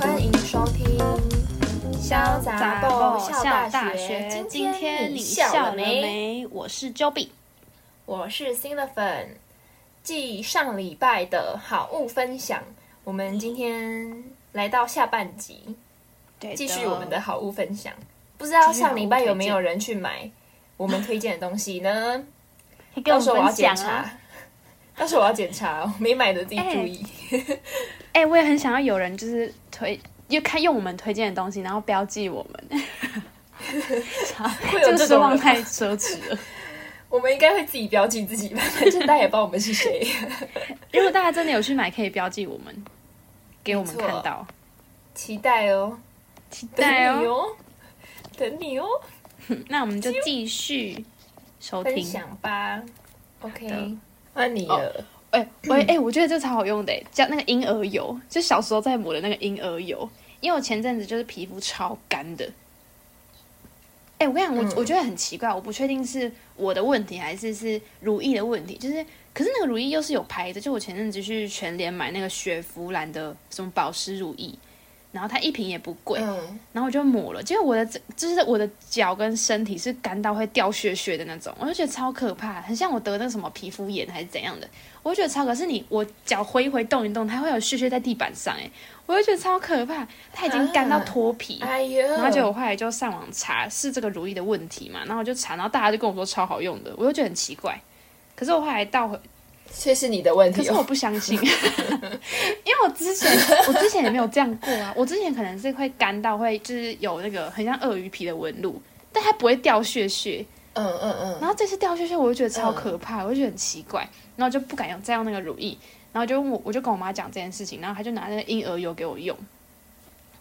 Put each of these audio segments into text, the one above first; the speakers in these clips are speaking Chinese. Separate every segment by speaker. Speaker 1: 欢迎收听《潇洒报校大学》。今天你笑了没？？
Speaker 2: 我是 Joey，
Speaker 1: 我是新的粉，继上礼拜的好物分享，我们今天来到下半集，
Speaker 2: 对，
Speaker 1: 继续我们的好物分享。不知道上礼拜有没有人去买我们推荐的东西 呢？
Speaker 2: 可以跟
Speaker 1: 到
Speaker 2: 我
Speaker 1: 时候
Speaker 2: 们
Speaker 1: 我要
Speaker 2: 分
Speaker 1: 检
Speaker 2: 享
Speaker 1: 查
Speaker 2: 啊。，
Speaker 1: 到时候我要检查哦，没买的自己 注意。
Speaker 2: 哎、我也很想要有人就是推，又看用我们推荐的东西，然后标记我们。
Speaker 1: 会
Speaker 2: 哎这
Speaker 1: 有
Speaker 2: 个
Speaker 1: 这
Speaker 2: 奢
Speaker 1: 种
Speaker 2: 望
Speaker 1: 人
Speaker 2: 太奢侈了。
Speaker 1: 我们应该会自己标记自己吧，反正大家也不知道我们是 谁。
Speaker 2: 如果大家真的有去买，可以标记我们，给我们
Speaker 1: 没错
Speaker 2: 看到。
Speaker 1: 期待哦，
Speaker 2: 期
Speaker 1: 等
Speaker 2: 待
Speaker 1: 你
Speaker 2: 哦。
Speaker 1: 哦，等你哦，
Speaker 2: 那我们就继续收
Speaker 1: 分
Speaker 2: 听。
Speaker 1: 享吧。OK，
Speaker 2: 的
Speaker 1: 换啊你了。
Speaker 2: 哎、我哎、我觉得这超好用的，欸叫那个婴儿油，就小时候在抹的那个婴儿油。因为我前阵子就是皮肤超干的。哎、我跟你讲，我、
Speaker 1: 嗯
Speaker 2: 我觉得很奇怪，我不确定是我的问题还是是如意的问题，就是可是那个如意又是有牌的，就我前阵子去全联买那个雪芙兰的什么保湿如意，然后它一瓶也不贵，
Speaker 1: 嗯，
Speaker 2: 然后我就抹了，结果我的整就是我的脚跟身体是干到会掉屑屑的那种，我就觉得超可怕，很像我得那个什么皮肤炎还是怎样的，我就觉得超可怕。是你我脚挥一挥动一动，它会有屑屑在地板上，哎，我就觉得超可怕，它已经干到脱皮。
Speaker 1: 哎呦，
Speaker 2: 然后就我后来就上网查是这个如意的问题嘛，然后我就查，然后大家就跟我说超好用的，我就觉得很奇怪。可是我后来到回
Speaker 1: 这是你的问
Speaker 2: 可
Speaker 1: 题
Speaker 2: 是我
Speaker 1: 哦。
Speaker 2: 不相信， 因为我之前我之前也没有这样过啊。我之前可能是会干到会就是有那个很像鳄鱼皮的纹路，但它不会掉屑屑。
Speaker 1: 嗯嗯
Speaker 2: 然
Speaker 1: 嗯，
Speaker 2: 后这次掉屑屑，我就觉得超可怕，我就觉得很奇怪，然后我就不敢用再用那个乳液。然后就问我，我就跟我妈讲这件事情，然后她就拿那个婴儿油给我用，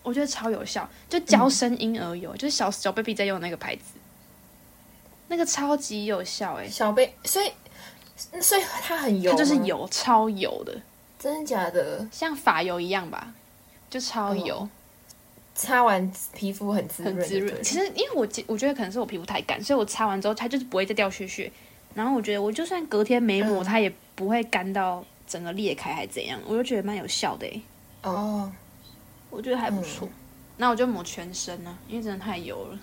Speaker 2: 我觉得超有效，就娇生婴儿油，就是小小 baby 在用的那个牌子，那个超级有效哎、
Speaker 1: 小贝，所以所以它很油
Speaker 2: 它
Speaker 1: 吗，
Speaker 2: 就是油，超油的。
Speaker 1: 真的假的？
Speaker 2: 像发油一样吧，就超油，
Speaker 1: 擦完皮肤很哦滋润，
Speaker 2: 很滋润。其实因为我觉我觉得可能是我皮肤太干，所以我擦完之后它就是不会再掉屑屑。然后我觉得我就算隔天没抹，
Speaker 1: 嗯
Speaker 2: 它也不会干到整个裂开还怎样，我就觉得蛮有效的欸诶，
Speaker 1: 哦，
Speaker 2: 我觉得还不错。那我就抹全身呢、因为真的太油了，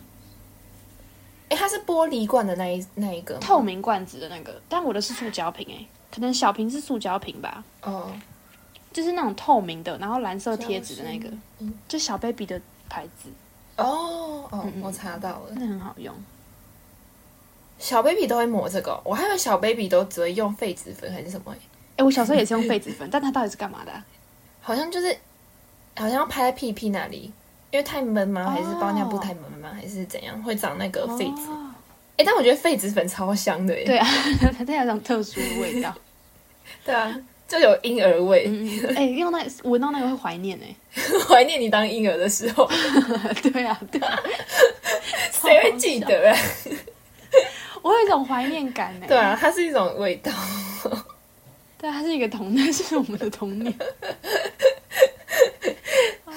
Speaker 1: 哎，它是玻璃罐的那一那一个吗
Speaker 2: 透明罐子的那个，但我的是塑胶瓶诶，欸可能小瓶是塑胶瓶吧，
Speaker 1: 哦，
Speaker 2: 就是那种透明的，然后蓝色贴纸的那个
Speaker 1: 胶嗯，
Speaker 2: 就小 baby 的牌子，
Speaker 1: 哦哦
Speaker 2: 嗯，嗯
Speaker 1: 我查到了。
Speaker 2: 那很好
Speaker 1: 嗯
Speaker 2: 用。
Speaker 1: 小 baby 都会抹这个哦、我还以为小 baby 都只会用痱子粉还是什么欸、
Speaker 2: 哎、我小时候也是用痱子粉，但它到底是干 嘛的啊、
Speaker 1: 好像就是好像要拍在屁屁那里，因为太闷吗？还是包尿布太闷吗？还是怎样会长那个痱子？哎、
Speaker 2: 哦
Speaker 1: 但我觉得痱子粉超香的、欸，
Speaker 2: 对啊，它有一种特殊的味道。
Speaker 1: 对啊，就有婴儿味，
Speaker 2: 嗯， 哎、用那闻到那个会怀念 哎、
Speaker 1: 怀念你当婴儿的时 候，
Speaker 2: 对啊，对 啊，
Speaker 1: 谁会记得啊？
Speaker 2: 我有一种怀念感哎、
Speaker 1: 对啊，它是一种味道。
Speaker 2: 对啊，它是一个童年， 是我们的童年。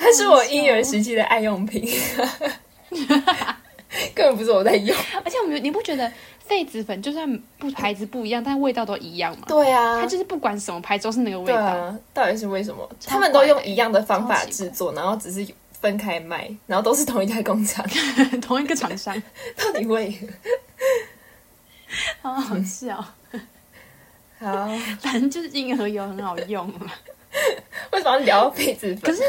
Speaker 1: 它是
Speaker 2: 哦
Speaker 1: 我婴儿时期的爱用品，根本不是我在用。
Speaker 2: 而且我们你不觉得痱子粉就算不牌子不一样，但味道都一样吗？
Speaker 1: 对啊
Speaker 2: 它，就是不管什么牌子都是那个味
Speaker 1: 对
Speaker 2: 道。
Speaker 1: 啊，到底是为什么？
Speaker 2: 超
Speaker 1: 他们都用
Speaker 2: 怪的
Speaker 1: 一样的方法
Speaker 2: 超奇
Speaker 1: 制
Speaker 2: 怪
Speaker 1: 作，然后只是分开卖，然后都是同一家工 厂，
Speaker 2: 同一个厂 商，
Speaker 1: 到底为？
Speaker 2: 好好
Speaker 1: 哦
Speaker 2: 笑。
Speaker 1: 好，
Speaker 2: 反正就是婴儿油很好用啊啦。
Speaker 1: 为什么要聊痱子粉？
Speaker 2: 可是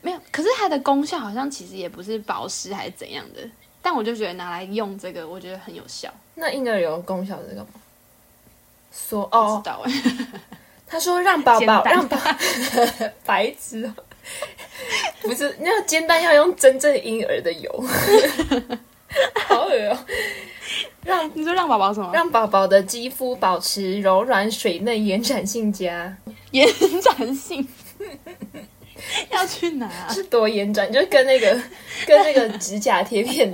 Speaker 2: 没有，可是它的功效好像其实也不是保湿还是怎样的，但我就觉得拿来用这个，我觉得很有效。
Speaker 1: 那婴儿油功效是干嘛？说
Speaker 2: 不
Speaker 1: 哦
Speaker 2: 知，道哎、
Speaker 1: 他说让宝
Speaker 2: 煎
Speaker 1: 宝
Speaker 2: 蛋
Speaker 1: 让宝 白痴哦，不是那个煎蛋要用真正婴儿的 油，好恶哦，让
Speaker 2: 你说让宝宝什么？
Speaker 1: 让宝宝的肌肤保持柔软水嫩，延展性佳。
Speaker 2: 延展性要去哪、
Speaker 1: 是多延展，就跟那个跟那个指甲贴片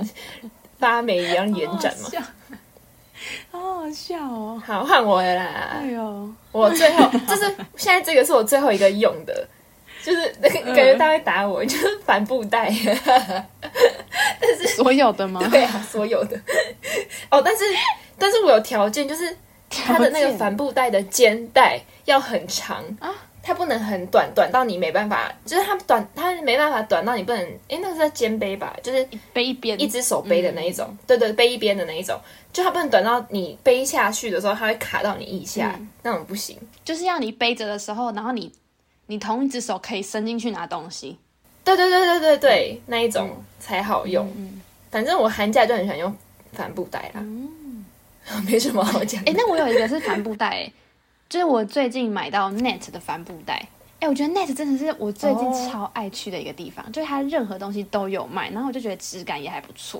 Speaker 1: 发霉一样延展嘛。
Speaker 2: 好好笑？好好笑哦！
Speaker 1: 好，换我了啦
Speaker 2: 哎！呦，
Speaker 1: 我最后就是现在这个是我最后一个用的，就是那个感觉大家会打我，就是帆布袋，
Speaker 2: 所有的吗？
Speaker 1: 对啊，所有的。哦，但是但是我有条件，就是它的那个帆布袋的肩带要很长
Speaker 2: 啊，
Speaker 1: 它不能很短，短到你没办法，就是它短，它没办法短到你不能，诶，那个是在肩背吧，就是
Speaker 2: 背一边
Speaker 1: 一只手背的那一种，对对，背一边的那一种，就它不能短到你背下去的时候，它会卡到你腋下，那种不行。
Speaker 2: 就是要你背着的时候，然后你你同一只手可以伸进去拿东西。
Speaker 1: 对对对对对对，那一种
Speaker 2: 嗯
Speaker 1: 才好用。反正我寒假就很喜欢用帆布袋啦， 没什么好讲的。
Speaker 2: 嗯哎、那我有一个是帆布袋、诶就是我最近买到 Net 的帆布袋。哎、我觉得 Net 真的是我最近
Speaker 1: 哦
Speaker 2: 超爱去的一个地方就是它任何东西都有卖，然后我就觉得质感也还不错，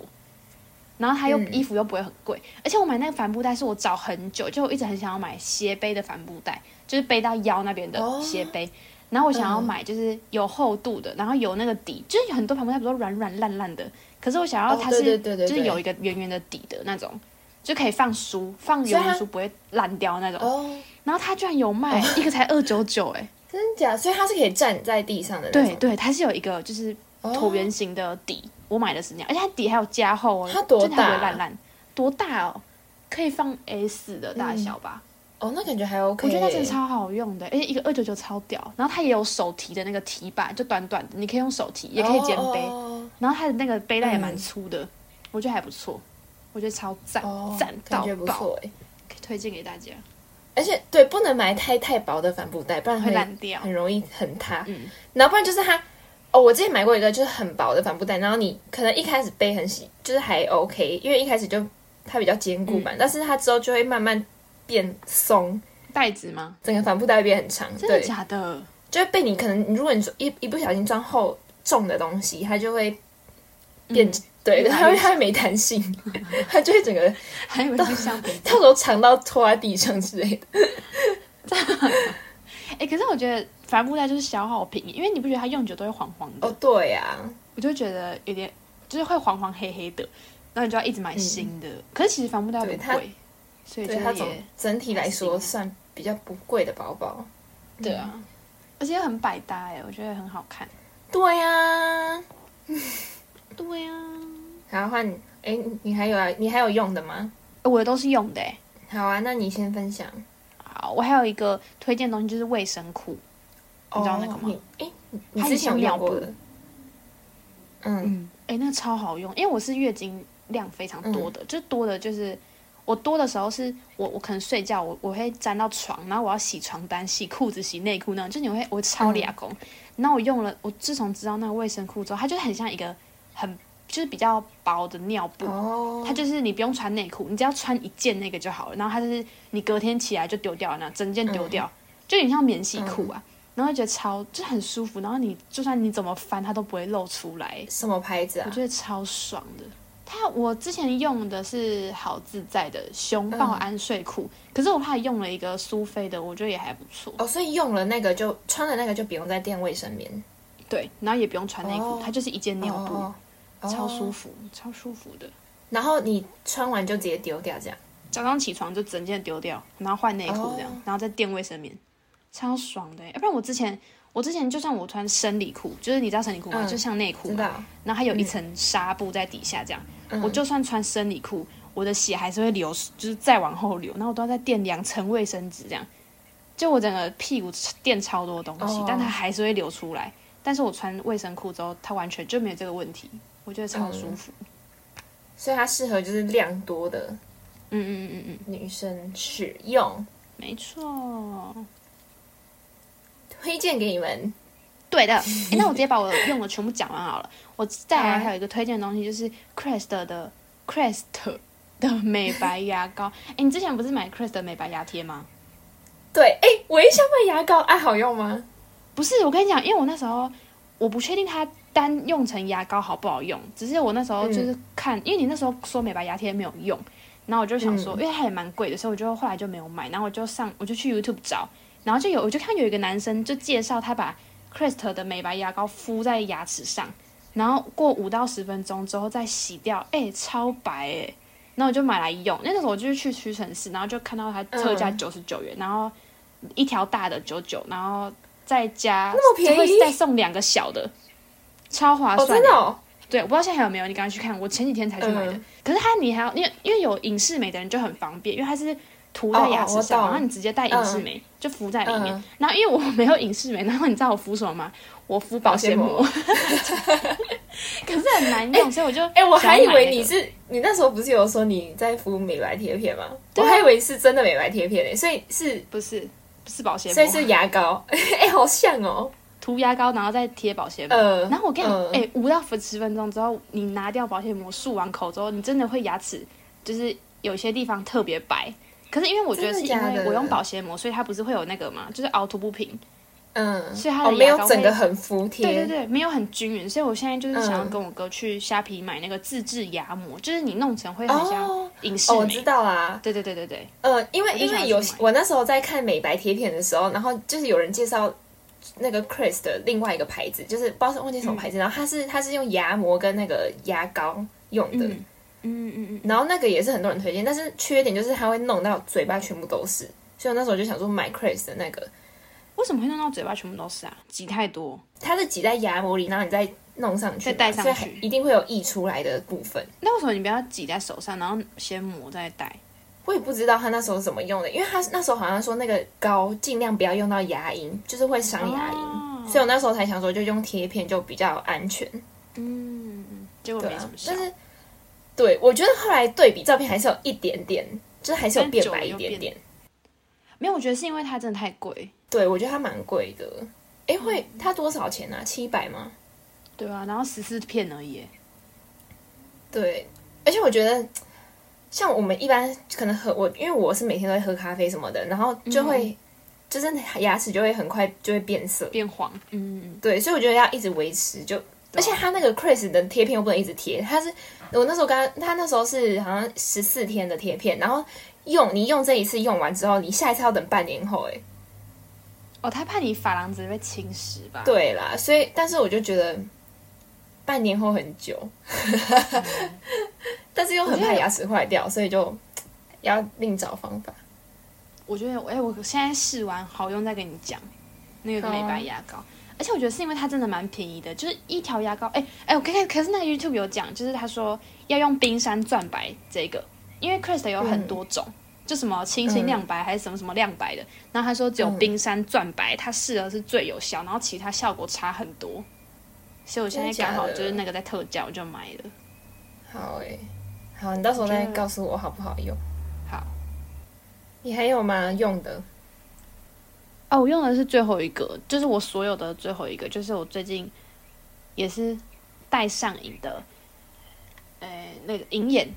Speaker 2: 然后它又、
Speaker 1: 嗯
Speaker 2: 衣服又不会很贵，而且我买那个帆布袋是我找很久，就我一直很想要买斜背的帆布袋，就是背到腰那边的
Speaker 1: 哦嗯
Speaker 2: 斜背。然后我想要买就是有厚度的，然后有那个底，就是有很多帆布袋不都软软烂烂的，可是我想要
Speaker 1: 哦
Speaker 2: 它
Speaker 1: 对
Speaker 2: 是
Speaker 1: 对对对
Speaker 2: 就是
Speaker 1: 对
Speaker 2: 有一个圆圆的底的那种，就可以放书，放
Speaker 1: 所以
Speaker 2: 原
Speaker 1: 它
Speaker 2: 文书不会烂掉那种。
Speaker 1: 哦，
Speaker 2: 然后它居然有卖，一个才二九九 哎，
Speaker 1: 真假？所以它是可以站在地上的那
Speaker 2: 对
Speaker 1: 种，
Speaker 2: 对，它是有一个就是
Speaker 1: 哦
Speaker 2: 椭圆形的底，我买的是那样，而且它底还有加厚哦，
Speaker 1: 它多
Speaker 2: 真的它不
Speaker 1: 大啊
Speaker 2: 会烂烂，多大哦？可以放 S 的大小吧，
Speaker 1: 哦，那感觉还 OK。
Speaker 2: 我觉得那真的超好用的，而且一个二九九超屌，然后它也有手提的那个提把，就短短的，你可以用手提，也可以肩背，
Speaker 1: 哦
Speaker 2: 然后它的那个背带也蛮
Speaker 1: 嗯
Speaker 2: 粗的，我觉得还不错，我觉得超赞
Speaker 1: 哦，
Speaker 2: 赞
Speaker 1: 感
Speaker 2: 到
Speaker 1: 觉不
Speaker 2: 爆，
Speaker 1: 错哎。
Speaker 2: 可以推荐给大家，
Speaker 1: 而且对，不能买太太薄的帆布袋，不然
Speaker 2: 会
Speaker 1: 会
Speaker 2: 烂掉
Speaker 1: 嗯很容易很塌。
Speaker 2: 嗯
Speaker 1: 然后不然就是它，哦，我之前买过一个就是很薄的帆布袋，然后你可能一开始背很喜，就是还 OK，因为一开始就它比较坚固
Speaker 2: 嗯
Speaker 1: 嘛，但是它之后就会慢慢变松，
Speaker 2: 袋子吗？
Speaker 1: 整个帆布袋会变很长，
Speaker 2: 真的
Speaker 1: 对，
Speaker 2: 假的？
Speaker 1: 就会被你可能如果你一一不小心装厚重的东西，它就会变。 对，
Speaker 2: 嗯越来越
Speaker 1: 它会它会没弹 性，它就会整个
Speaker 2: 还以为是橡皮
Speaker 1: 到时候长到拖在地上之类的。
Speaker 2: 哎、可是我觉得帆布袋就是消耗品，因为你不觉得它用久都会黄黄的，
Speaker 1: 哦，对呀、
Speaker 2: 我就觉得有点就是会黄黄黑黑的，然后你就要一直买新的。可是其实帆布袋不
Speaker 1: 嗯对它
Speaker 2: 贵，所以就
Speaker 1: 对它
Speaker 2: 是
Speaker 1: 总
Speaker 2: 也
Speaker 1: 整体来说
Speaker 2: 还行
Speaker 1: 算比较不贵的包包。
Speaker 2: 对啊，而且很百搭哎、我觉得很好看。
Speaker 1: 对呀、
Speaker 2: 啊 对啊，
Speaker 1: 好换哎，你你还有啊？你还有用的吗？
Speaker 2: 我的都是用的哎、
Speaker 1: 好啊，那你先分享。
Speaker 2: 好，我还有一个推荐的东西就是卫生裤，你知道那个吗？
Speaker 1: 你哎，你你
Speaker 2: 它
Speaker 1: 之前有
Speaker 2: 很像
Speaker 1: 用过
Speaker 2: 尿布
Speaker 1: 的？嗯，
Speaker 2: 嗯，哎、那个超好用，因为我是月经量非常多的，就多的就是我多的时候是我我可能睡觉我我会沾到床，然后我要洗床单、洗裤子、洗内裤那种，就你会我超俩工、然后我用了，我自从知道那个卫生裤之后，它就很像一个很就是比较薄的尿布。
Speaker 1: 哦，
Speaker 2: 它嗯就是你不用穿内裤，你只要穿一件那个就好了。然后它就是你隔天起来就丢掉了那整件丢掉，就有点像免洗裤啊。然后就觉得超就很舒服，然后你就算你怎么翻它都不会露出来。
Speaker 1: 什么牌子
Speaker 2: 我
Speaker 1: 啊？
Speaker 2: 觉得超爽的。它我之前用的是好自在的熊
Speaker 1: 嗯
Speaker 2: 抱安睡裤，可是我后来用了一个苏菲的，我觉得也还不错。
Speaker 1: 哦，所以用了那个就穿了那个就不用再垫卫生棉，
Speaker 2: 对，然后也不用穿内裤，
Speaker 1: 哦
Speaker 2: 它就是一件尿布，
Speaker 1: 哦，哦
Speaker 2: 超舒。服，超舒服的。
Speaker 1: 然后你穿完就直接丢掉，这样
Speaker 2: 早上起床就整件丢掉，然后换内裤这样，
Speaker 1: 哦
Speaker 2: 然后再垫卫生棉，超爽的欸。要不然我之前我之前就算我穿生理裤，就是你知道生理裤吗？
Speaker 1: 嗯
Speaker 2: 就像内裤
Speaker 1: 知
Speaker 2: 嘛，
Speaker 1: 道？
Speaker 2: 然后还有一层纱布在底下，这样、
Speaker 1: 嗯
Speaker 2: 我就算穿生理裤，我的血还是会流，就是再往后流，然后我都要再垫两层卫生纸，这样，就我整个屁股垫超多东西，
Speaker 1: 哦
Speaker 2: 但它还是会流出来。但是我穿卫生裤之后，它完全就没有这个问题，我觉得超舒服。
Speaker 1: 所以它适合就是量多的
Speaker 2: 嗯嗯嗯嗯嗯，
Speaker 1: 女生使用，
Speaker 2: 没错，
Speaker 1: 推荐给你们。
Speaker 2: 对 的。诶那我直接把我用的全部讲完好了。我再来
Speaker 1: 好啊
Speaker 2: 还有一个推荐的东西，就是 Crest 的 Crest 的美白牙膏。哎、你之前不是买 Crest 的美白牙贴吗？
Speaker 1: 对，哎，我也想买牙膏，啊，好用吗？
Speaker 2: 不是，我跟你讲，因为我那时候我不确定它单用成牙膏好不好用，只是我那时候就是看，因为你那时候说美白牙贴没有用，然后我就想说，因为它也蛮贵的，所以我就后来就没有买，然后我就上我就去 YouTube 找，然后就有我就看有一个男生就介绍他把 Crest 的美白牙膏敷在牙齿上，然后过五到十分钟之后再洗掉，哎、超白哎、然后我就买来用，那时候我就是去屈臣氏，然后就看到它特价
Speaker 1: 嗯
Speaker 2: 九十九元，然后一条大的九九，然后再加
Speaker 1: 那么便宜
Speaker 2: 就会再送两个小的，超划
Speaker 1: 哦，
Speaker 2: 算
Speaker 1: 真
Speaker 2: 的。
Speaker 1: 的哦，
Speaker 2: 对，我不知道现在还有没有，你赶快去看。我前几天才去买的。
Speaker 1: 嗯
Speaker 2: 可是它你还要，因为因为有影视美的人就很方便，因为它是涂在牙齿上，
Speaker 1: 哦哦我懂
Speaker 2: 然后你直接戴隐适美、就敷在里面。
Speaker 1: 嗯
Speaker 2: 然后因为我没有隐适美，然后你知道我敷什么吗？我敷保鲜膜，
Speaker 1: 保
Speaker 2: 可是很难用，所以我就
Speaker 1: 哎、我还以为你
Speaker 2: 想要买那个
Speaker 1: 是你那时候不是有说你在敷美白贴片吗？
Speaker 2: 对啊
Speaker 1: 我还以为是真的美白贴片呢、所以是
Speaker 2: 不是不是保鲜
Speaker 1: 所以
Speaker 2: 膜，
Speaker 1: 是牙膏， 哎、好像哦，
Speaker 2: 涂牙膏然后再贴保鲜膜。
Speaker 1: 呃，
Speaker 2: 然后我跟你讲，
Speaker 1: 嗯
Speaker 2: 哎、五到十分钟之后，你拿掉保鲜膜漱完口之后，你真的会牙齿就是有些地方特别白。可是因为我觉得是
Speaker 1: 真
Speaker 2: 因
Speaker 1: 的假的
Speaker 2: 为我用保鲜膜，所以它不是会有那个嘛，就是凹凸不平。
Speaker 1: 嗯，
Speaker 2: 所以它的
Speaker 1: 哦没
Speaker 2: 牙
Speaker 1: 有
Speaker 2: 膏
Speaker 1: 整个
Speaker 2: 会
Speaker 1: 很服帖，
Speaker 2: 对对对，没有很均匀，所以我现在就是想要
Speaker 1: 嗯
Speaker 2: 跟我哥去虾皮买那个自制牙膜，就是你弄成会很像
Speaker 1: 哦
Speaker 2: 影视
Speaker 1: 哦，我
Speaker 2: 美。
Speaker 1: 知道啦，
Speaker 2: 对对对对对，
Speaker 1: 呃，因
Speaker 2: 我
Speaker 1: 为
Speaker 2: 就
Speaker 1: 因
Speaker 2: 想
Speaker 1: 为
Speaker 2: 去
Speaker 1: 有
Speaker 2: 买
Speaker 1: 我那时候在看美白贴片的时候，然后就是有人介绍那个 Crest 的另外一个牌子，就是不知道是忘记什么
Speaker 2: 嗯
Speaker 1: 牌子，然后它是它是用牙膜跟那个牙膏用的，
Speaker 2: 嗯嗯嗯嗯，
Speaker 1: 然后那个也是很多人推荐，但是缺点就是它会弄到嘴巴全部都是，所以我那时候就想说买 Crest 的那个，
Speaker 2: 为什么会弄到嘴巴全部都是啊？挤太多，
Speaker 1: 它是挤在牙膜里，然后你再弄上去嘛，
Speaker 2: 再戴上
Speaker 1: 所以
Speaker 2: 去
Speaker 1: 一定会有溢出来的部分。
Speaker 2: 那为什么你不要挤在手上，然后先抹再戴？
Speaker 1: 我也不知道他那时候是怎么用的，因为他那时候好像说那个膏尽量不要用到牙龈，就是会伤牙龈，
Speaker 2: 哦
Speaker 1: 所以我那时候才想说就用贴片就比较安全，
Speaker 2: 嗯，嗯结果
Speaker 1: 对
Speaker 2: 没
Speaker 1: 啊
Speaker 2: 什么。效
Speaker 1: 但。是，对我觉得后来对比照片还是有一点点，就是还是有
Speaker 2: 但
Speaker 1: 变
Speaker 2: 久了
Speaker 1: 白一
Speaker 2: 又
Speaker 1: 点
Speaker 2: 变
Speaker 1: 点。
Speaker 2: 没有，我觉得是因为它真的太贵，
Speaker 1: 对我觉得它蛮贵的，诶，会
Speaker 2: 嗯
Speaker 1: 它多少钱啊？七百吗？
Speaker 2: 对啊，然后十四片而已耶，
Speaker 1: 对，而且我觉得，像我们一般可能喝我，因为我是每天都会喝咖啡什么的，然后就会、
Speaker 2: 嗯
Speaker 1: 就是牙齿就会很快就会变色，
Speaker 2: 变黄。嗯嗯嗯，
Speaker 1: 对，所以我觉得要一直维持就。而
Speaker 2: 对啊
Speaker 1: 且他那个 Chris 的贴片又不能一直贴，他是我那时候刚他那时候是好像十四天的贴片，然后用你用这一次用完之后，你下一次要等半年后，哎，
Speaker 2: 哦，他怕你珐琅质被侵蚀吧？，
Speaker 1: 对啦，所以但是我就觉得半年后很久， 但是又很
Speaker 2: 我觉
Speaker 1: 怕
Speaker 2: 得
Speaker 1: 牙齿坏掉，所以就要另找方法。
Speaker 2: 我觉得，哎、我现在试完好用再跟你讲那个
Speaker 1: 好啊
Speaker 2: 美白牙膏。而且我觉得是因为它真的蛮便宜的，就是一条牙膏，哎、哎，我看看，可是那个 YouTube 有讲，就是他说要用冰山钻白这个，因为 Crest 有很多种，就什么清
Speaker 1: 嗯
Speaker 2: 新亮白还是什么什么亮白的，然后他说只有
Speaker 1: 嗯
Speaker 2: 冰山钻白它适合是最有效，然后其他效果差很多，所以我现
Speaker 1: 真
Speaker 2: 在
Speaker 1: 的假
Speaker 2: 刚好
Speaker 1: 的
Speaker 2: 就是那个在特价我就买了，
Speaker 1: 好哎、好，你到时候
Speaker 2: 我觉
Speaker 1: 再
Speaker 2: 得
Speaker 1: 告诉我好不好用。
Speaker 2: 好。
Speaker 1: 你还有吗？用的？
Speaker 2: 哦，我用的是最后一个，就是我所有的最后一个，就是我最近也是戴上瘾的，呃，那个银眼。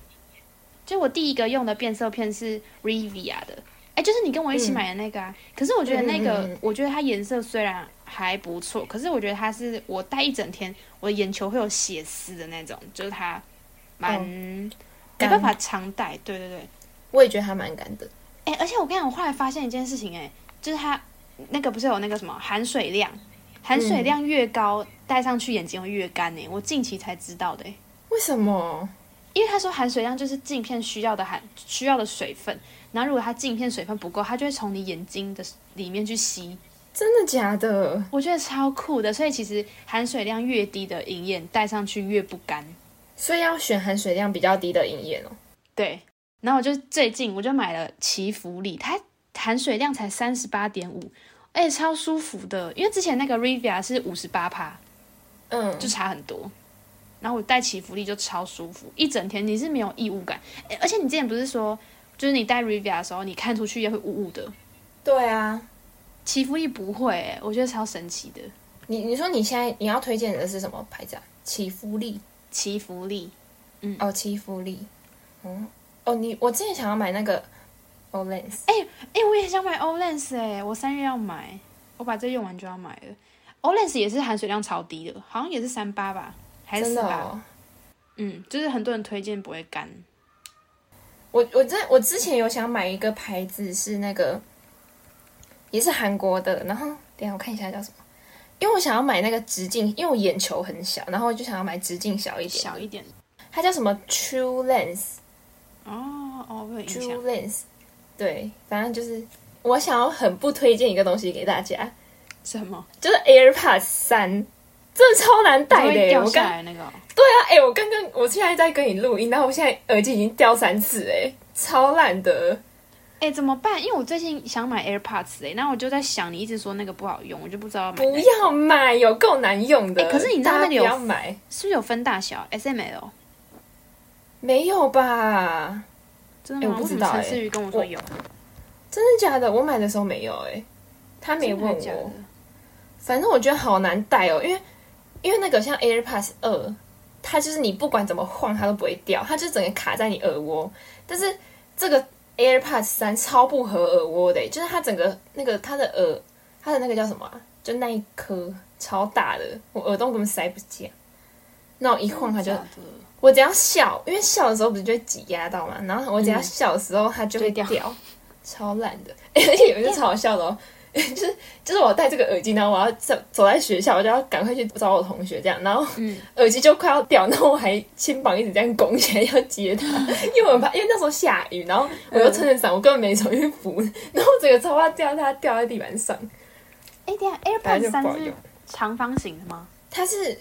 Speaker 2: 就我第一个用的变色片是 Rivia 的，哎，就是你跟我一起买的那个啊。可是我觉得那个，
Speaker 1: 嗯嗯嗯嗯
Speaker 2: 我觉得它颜色虽然还不错，可是我觉得它是我戴一整天，我的眼球会有血丝的那种，就是它蛮、
Speaker 1: 哦
Speaker 2: 没
Speaker 1: 干
Speaker 2: 办法常戴。对对对，
Speaker 1: 我也觉得还蛮干的。
Speaker 2: 哎、而且我跟你讲，我后来发现一件事情、哎，就是它那个不是有那个什么含水量，含水量越高，戴上去眼睛会越干哎、我近期才知道的、哎
Speaker 1: 为什么？
Speaker 2: 因为他说含水量就是镜片需要的含需要的水分，然后如果它镜片水分不够，它就会从你眼睛的里面去吸，
Speaker 1: 真的假的？
Speaker 2: 我觉得超酷的。所以其实含水量越低的银眼戴上去越不干。
Speaker 1: 所以要选含水量比较低的银眼哦。
Speaker 2: 对，然后我就最近我就买了祈福里，它含水量才三十八点五，哎，超舒服的。因为之前那个 Rivia 是五十八帕，
Speaker 1: 嗯，
Speaker 2: 就差很多。然后我戴祈福力就超舒服，一整天你是没有异物感。哎，而且你之前不是说，就是你戴 Rivia 的时候，你看出去也会雾雾的，
Speaker 1: 对啊。
Speaker 2: 祈福力不会、哎，我觉得超神奇的。
Speaker 1: 你你说你现在你要推荐的是什么牌子啊？祈福力
Speaker 2: 祈福力
Speaker 1: 哦，祈福力。嗯，哦，你我之前想要买那个哦 Olens，
Speaker 2: 哎、我也想买 Olens 哎、我三月要买，我把这用完就要买了。Olens 也是含水量超低的，好像也是三八吧，还是
Speaker 1: 真
Speaker 2: 四
Speaker 1: 的
Speaker 2: 八、
Speaker 1: 哦。
Speaker 2: 嗯，就是很多人推荐不会干。
Speaker 1: 我我真我之前有想买一个牌子是那个，也是韩国的，然后等一下我看一下叫什么，因为我想要买那个直径，因为我眼球很小，然后我就想要买直径小一点的，
Speaker 2: 小一点
Speaker 1: 它叫什么 True Lens，
Speaker 2: 哦哦，我有印
Speaker 1: True
Speaker 2: 象。
Speaker 1: Lens，对，反正就是我想要很不推荐一个东西给大家，
Speaker 2: 什么？
Speaker 1: 就是 AirPods 三，真的超难戴
Speaker 2: 就
Speaker 1: 的
Speaker 2: 会
Speaker 1: 欸、
Speaker 2: 掉
Speaker 1: 我
Speaker 2: 下
Speaker 1: 刚
Speaker 2: 来那个哦、
Speaker 1: 哎、我刚刚我现在在跟你录音，然后我现在耳机已经掉三次哎、超烂的。
Speaker 2: 哎、怎么办？因为我最近想买 AirPods 哎、那我就在想，你一直说那个不好用，我就不知道买哪
Speaker 1: 不
Speaker 2: 一个。
Speaker 1: 要买，有够难用的。
Speaker 2: 欸可是你知道
Speaker 1: 大家
Speaker 2: 那里有
Speaker 1: 不要买？
Speaker 2: 是不是有分大小 S M L？
Speaker 1: 没有吧？
Speaker 2: 真
Speaker 1: 欸
Speaker 2: 的吗？
Speaker 1: 我不
Speaker 2: 为什
Speaker 1: 知
Speaker 2: 么
Speaker 1: 道
Speaker 2: 陈
Speaker 1: 欸
Speaker 2: 思瑜跟我说
Speaker 1: 我
Speaker 2: 有，
Speaker 1: 真的假的？我买的时候没有哎、他没
Speaker 2: 真
Speaker 1: 问
Speaker 2: 的假的
Speaker 1: 我。反正我觉得好难戴哦，因为因为那个像 AirPods 二，它就是你不管怎么晃它都不会掉，它就整个卡在你耳窝。但是这个 AirPods 三超不合耳窝的，就是它整个那个它的耳，它的那个叫什么、啊？就那一颗超大的，我耳洞根本塞不进。那我一晃它就
Speaker 2: 真，的假的
Speaker 1: 我只要笑，因为笑的时候不是就会挤压到嘛，然后我只要
Speaker 2: 嗯
Speaker 1: 笑的时候它就会
Speaker 2: 就会掉
Speaker 1: 超烂的。 而且有一个超好笑的哦， 就是就是我戴这个耳机，然后我要走走在学校，我就要赶快去找我同学这样，然后
Speaker 2: 嗯
Speaker 1: 耳机就快要掉，然后我还肩膀一直这样拱起来要接 它，因为我很怕，因为那时候下雨，然后我又撑着伞，我根本没什么去 扶，然后整个超怕掉，它掉在地板上，
Speaker 2: 哎、等一下
Speaker 1: 反正就
Speaker 2: AirPods
Speaker 1: 不好
Speaker 2: 三
Speaker 1: 用
Speaker 2: 是。长方形的吗？
Speaker 1: 它是，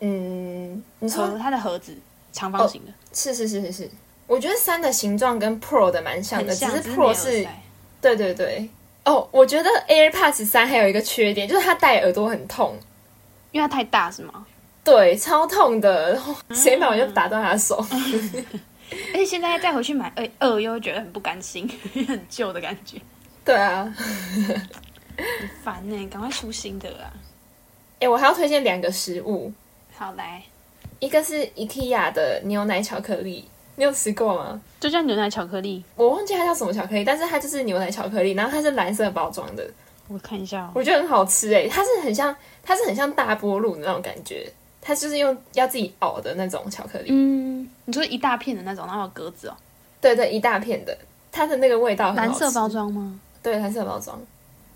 Speaker 1: 嗯，你说
Speaker 2: 盒它的盒子长
Speaker 1: 哦
Speaker 2: 方形的，
Speaker 1: 是是是是是，我觉得三的形状跟 Pro 的蛮像
Speaker 2: 很
Speaker 1: 的，
Speaker 2: 像，
Speaker 1: 呃只是
Speaker 2: 只没有
Speaker 1: Pro
Speaker 2: 耳
Speaker 1: 是
Speaker 2: 塞
Speaker 1: 对对对。哦，我觉得 AirPods 三还有一个缺点，就是它戴耳朵很痛，
Speaker 2: 因为它太大是吗？
Speaker 1: 对，超痛的，
Speaker 2: 嗯
Speaker 1: 谁买我就打断他的手。
Speaker 2: 而且现在再回去买二二，又会觉得很不甘心， 很旧的感觉，
Speaker 1: 对啊，
Speaker 2: 很烦呢、赶快出新的啊！
Speaker 1: 哎、我还要推荐两个食物，
Speaker 2: 好来，
Speaker 1: 一个是 IKEA 的牛奶巧克力，你有吃过吗？
Speaker 2: 就叫牛奶巧克力，
Speaker 1: 我忘记它叫什么巧克力，但是它就是牛奶巧克力，然后它是蓝色包装的，
Speaker 2: 我看一下、哦。
Speaker 1: 我觉得很好吃哎、它是很像，它是很像大波露的那种感觉，它就是用要自己熬的那种巧克力。
Speaker 2: 嗯，你说一大片的那种，然后有格子哦，
Speaker 1: 对对，一大片的，它的那个味道很好
Speaker 2: 蓝色
Speaker 1: 吃
Speaker 2: 包，装吗？
Speaker 1: 对，蓝色包装，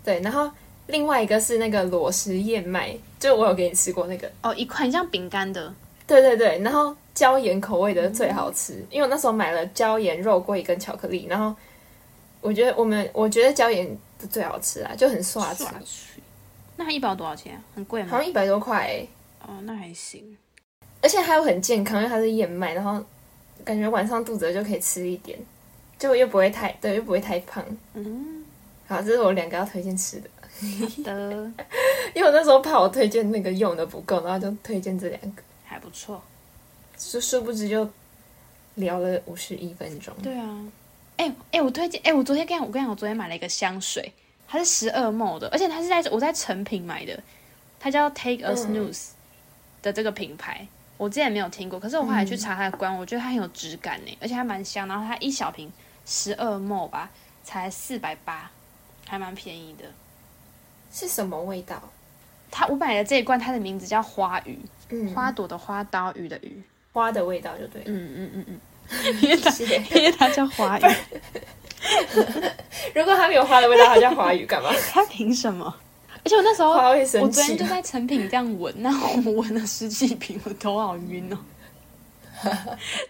Speaker 1: 对，然后另外一个是那个裸食燕麦，就我有给你吃过那个，
Speaker 2: 哦，一块很像饼干的，
Speaker 1: 对对对，然后椒盐口味的最好吃，因为我那时候买了椒盐肉桂跟巧克力，然后我觉得我们我觉得椒盐的最好吃啊，就很刷吃，
Speaker 2: 刷去。那它一包多少钱啊、很贵
Speaker 1: 好
Speaker 2: 吗
Speaker 1: 像？一百多块、欸，
Speaker 2: 哦，那还行。
Speaker 1: 而且还有很健康，因为它是燕麦，然后感觉晚上肚子饿就可以吃一点，就又不会太对，又不会太胖。
Speaker 2: 嗯，
Speaker 1: 好，这是我两个要推荐吃的。
Speaker 2: 好的，
Speaker 1: 因为我那时候怕我推荐那个用的不够，然后就推荐这两个，
Speaker 2: 还不错。
Speaker 1: 殊殊不知就聊了五十一分钟。
Speaker 2: 对啊，哎、哎、我推荐哎、我昨天跟你讲我跟你讲，我昨天买了一个香水，它是十二 m 的，而且它是在我在成品买的，它叫 Take a
Speaker 1: 嗯
Speaker 2: Snooze 的这个品牌，我之前没有听过，可是我后
Speaker 1: 嗯
Speaker 2: 来去查它的官网，我觉得它很有质感呢，而且还蛮香，然后它一小瓶十二 m 吧，才四百八，还蛮便宜的。
Speaker 1: 是什么味道？
Speaker 2: 它我买的这一罐，它的名字叫花鱼，
Speaker 1: 嗯，
Speaker 2: 花朵的花，刀鱼的鱼。
Speaker 1: 花的味道就对了。
Speaker 2: 嗯嗯嗯嗯， 因为它
Speaker 1: 谢谢。
Speaker 2: 因为它叫花鱼，
Speaker 1: 如果它没有花的味道，它叫花语 干嘛？
Speaker 2: 它凭什么？而且我那时候
Speaker 1: 花会
Speaker 2: 我
Speaker 1: 生
Speaker 2: 昨天
Speaker 1: 气
Speaker 2: 就。在成品这样闻，然后我闻了十几瓶，我头好晕哦，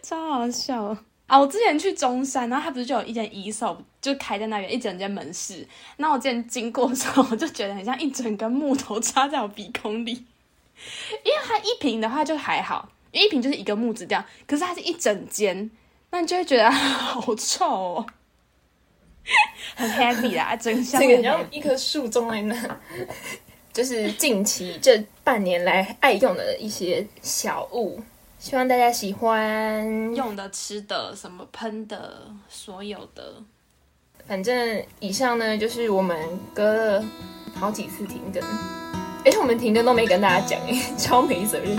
Speaker 2: 超好笑啊！我之前去中山，然后它不是就有一间 ESOP 就开在那边一整间门市，那我之前经过的时候，我就觉得很像一整根木头插在我鼻孔里， 因为它一瓶的话就还好，因为一瓶就是一个木质调，可是它是一整间，那你就会觉得啊好臭哦， 很 heavy 啦，整箱
Speaker 1: 这个
Speaker 2: 很
Speaker 1: 你要
Speaker 2: heavy
Speaker 1: 一棵树种在那， 就是近期这半年来爱用的一些小物，希望大家喜欢。
Speaker 2: 用的、吃的、什么喷的，所有 的。
Speaker 1: 反正以上呢，就是我们隔了好几次停更，而且我们停更都没跟大家讲，哎，超没责任。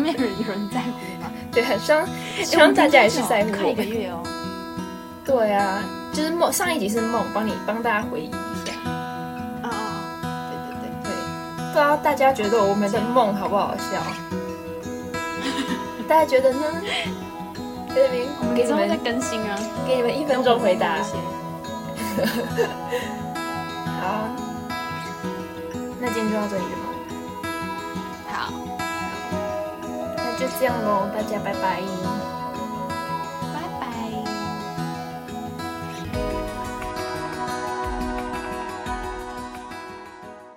Speaker 2: 没有人有人在乎吗？
Speaker 1: 对，很希望希望大家也是在乎
Speaker 2: 快
Speaker 1: 我
Speaker 2: 一个
Speaker 1: 们。
Speaker 2: 月哦。
Speaker 1: 对啊，就是梦上一集是梦，帮你帮大家回忆一下。
Speaker 2: 啊啊！
Speaker 1: 对对对对，不知道大家觉得我们的梦好不好笑？大家觉得呢？在这边
Speaker 2: 我们
Speaker 1: 给
Speaker 2: 之
Speaker 1: 你
Speaker 2: 后再
Speaker 1: 们
Speaker 2: 更新啊。
Speaker 1: 给你们一分钟回答
Speaker 2: 一。些
Speaker 1: 好，那今天就到这里了吗？
Speaker 2: 好。
Speaker 1: 那就这样喽，大家拜拜。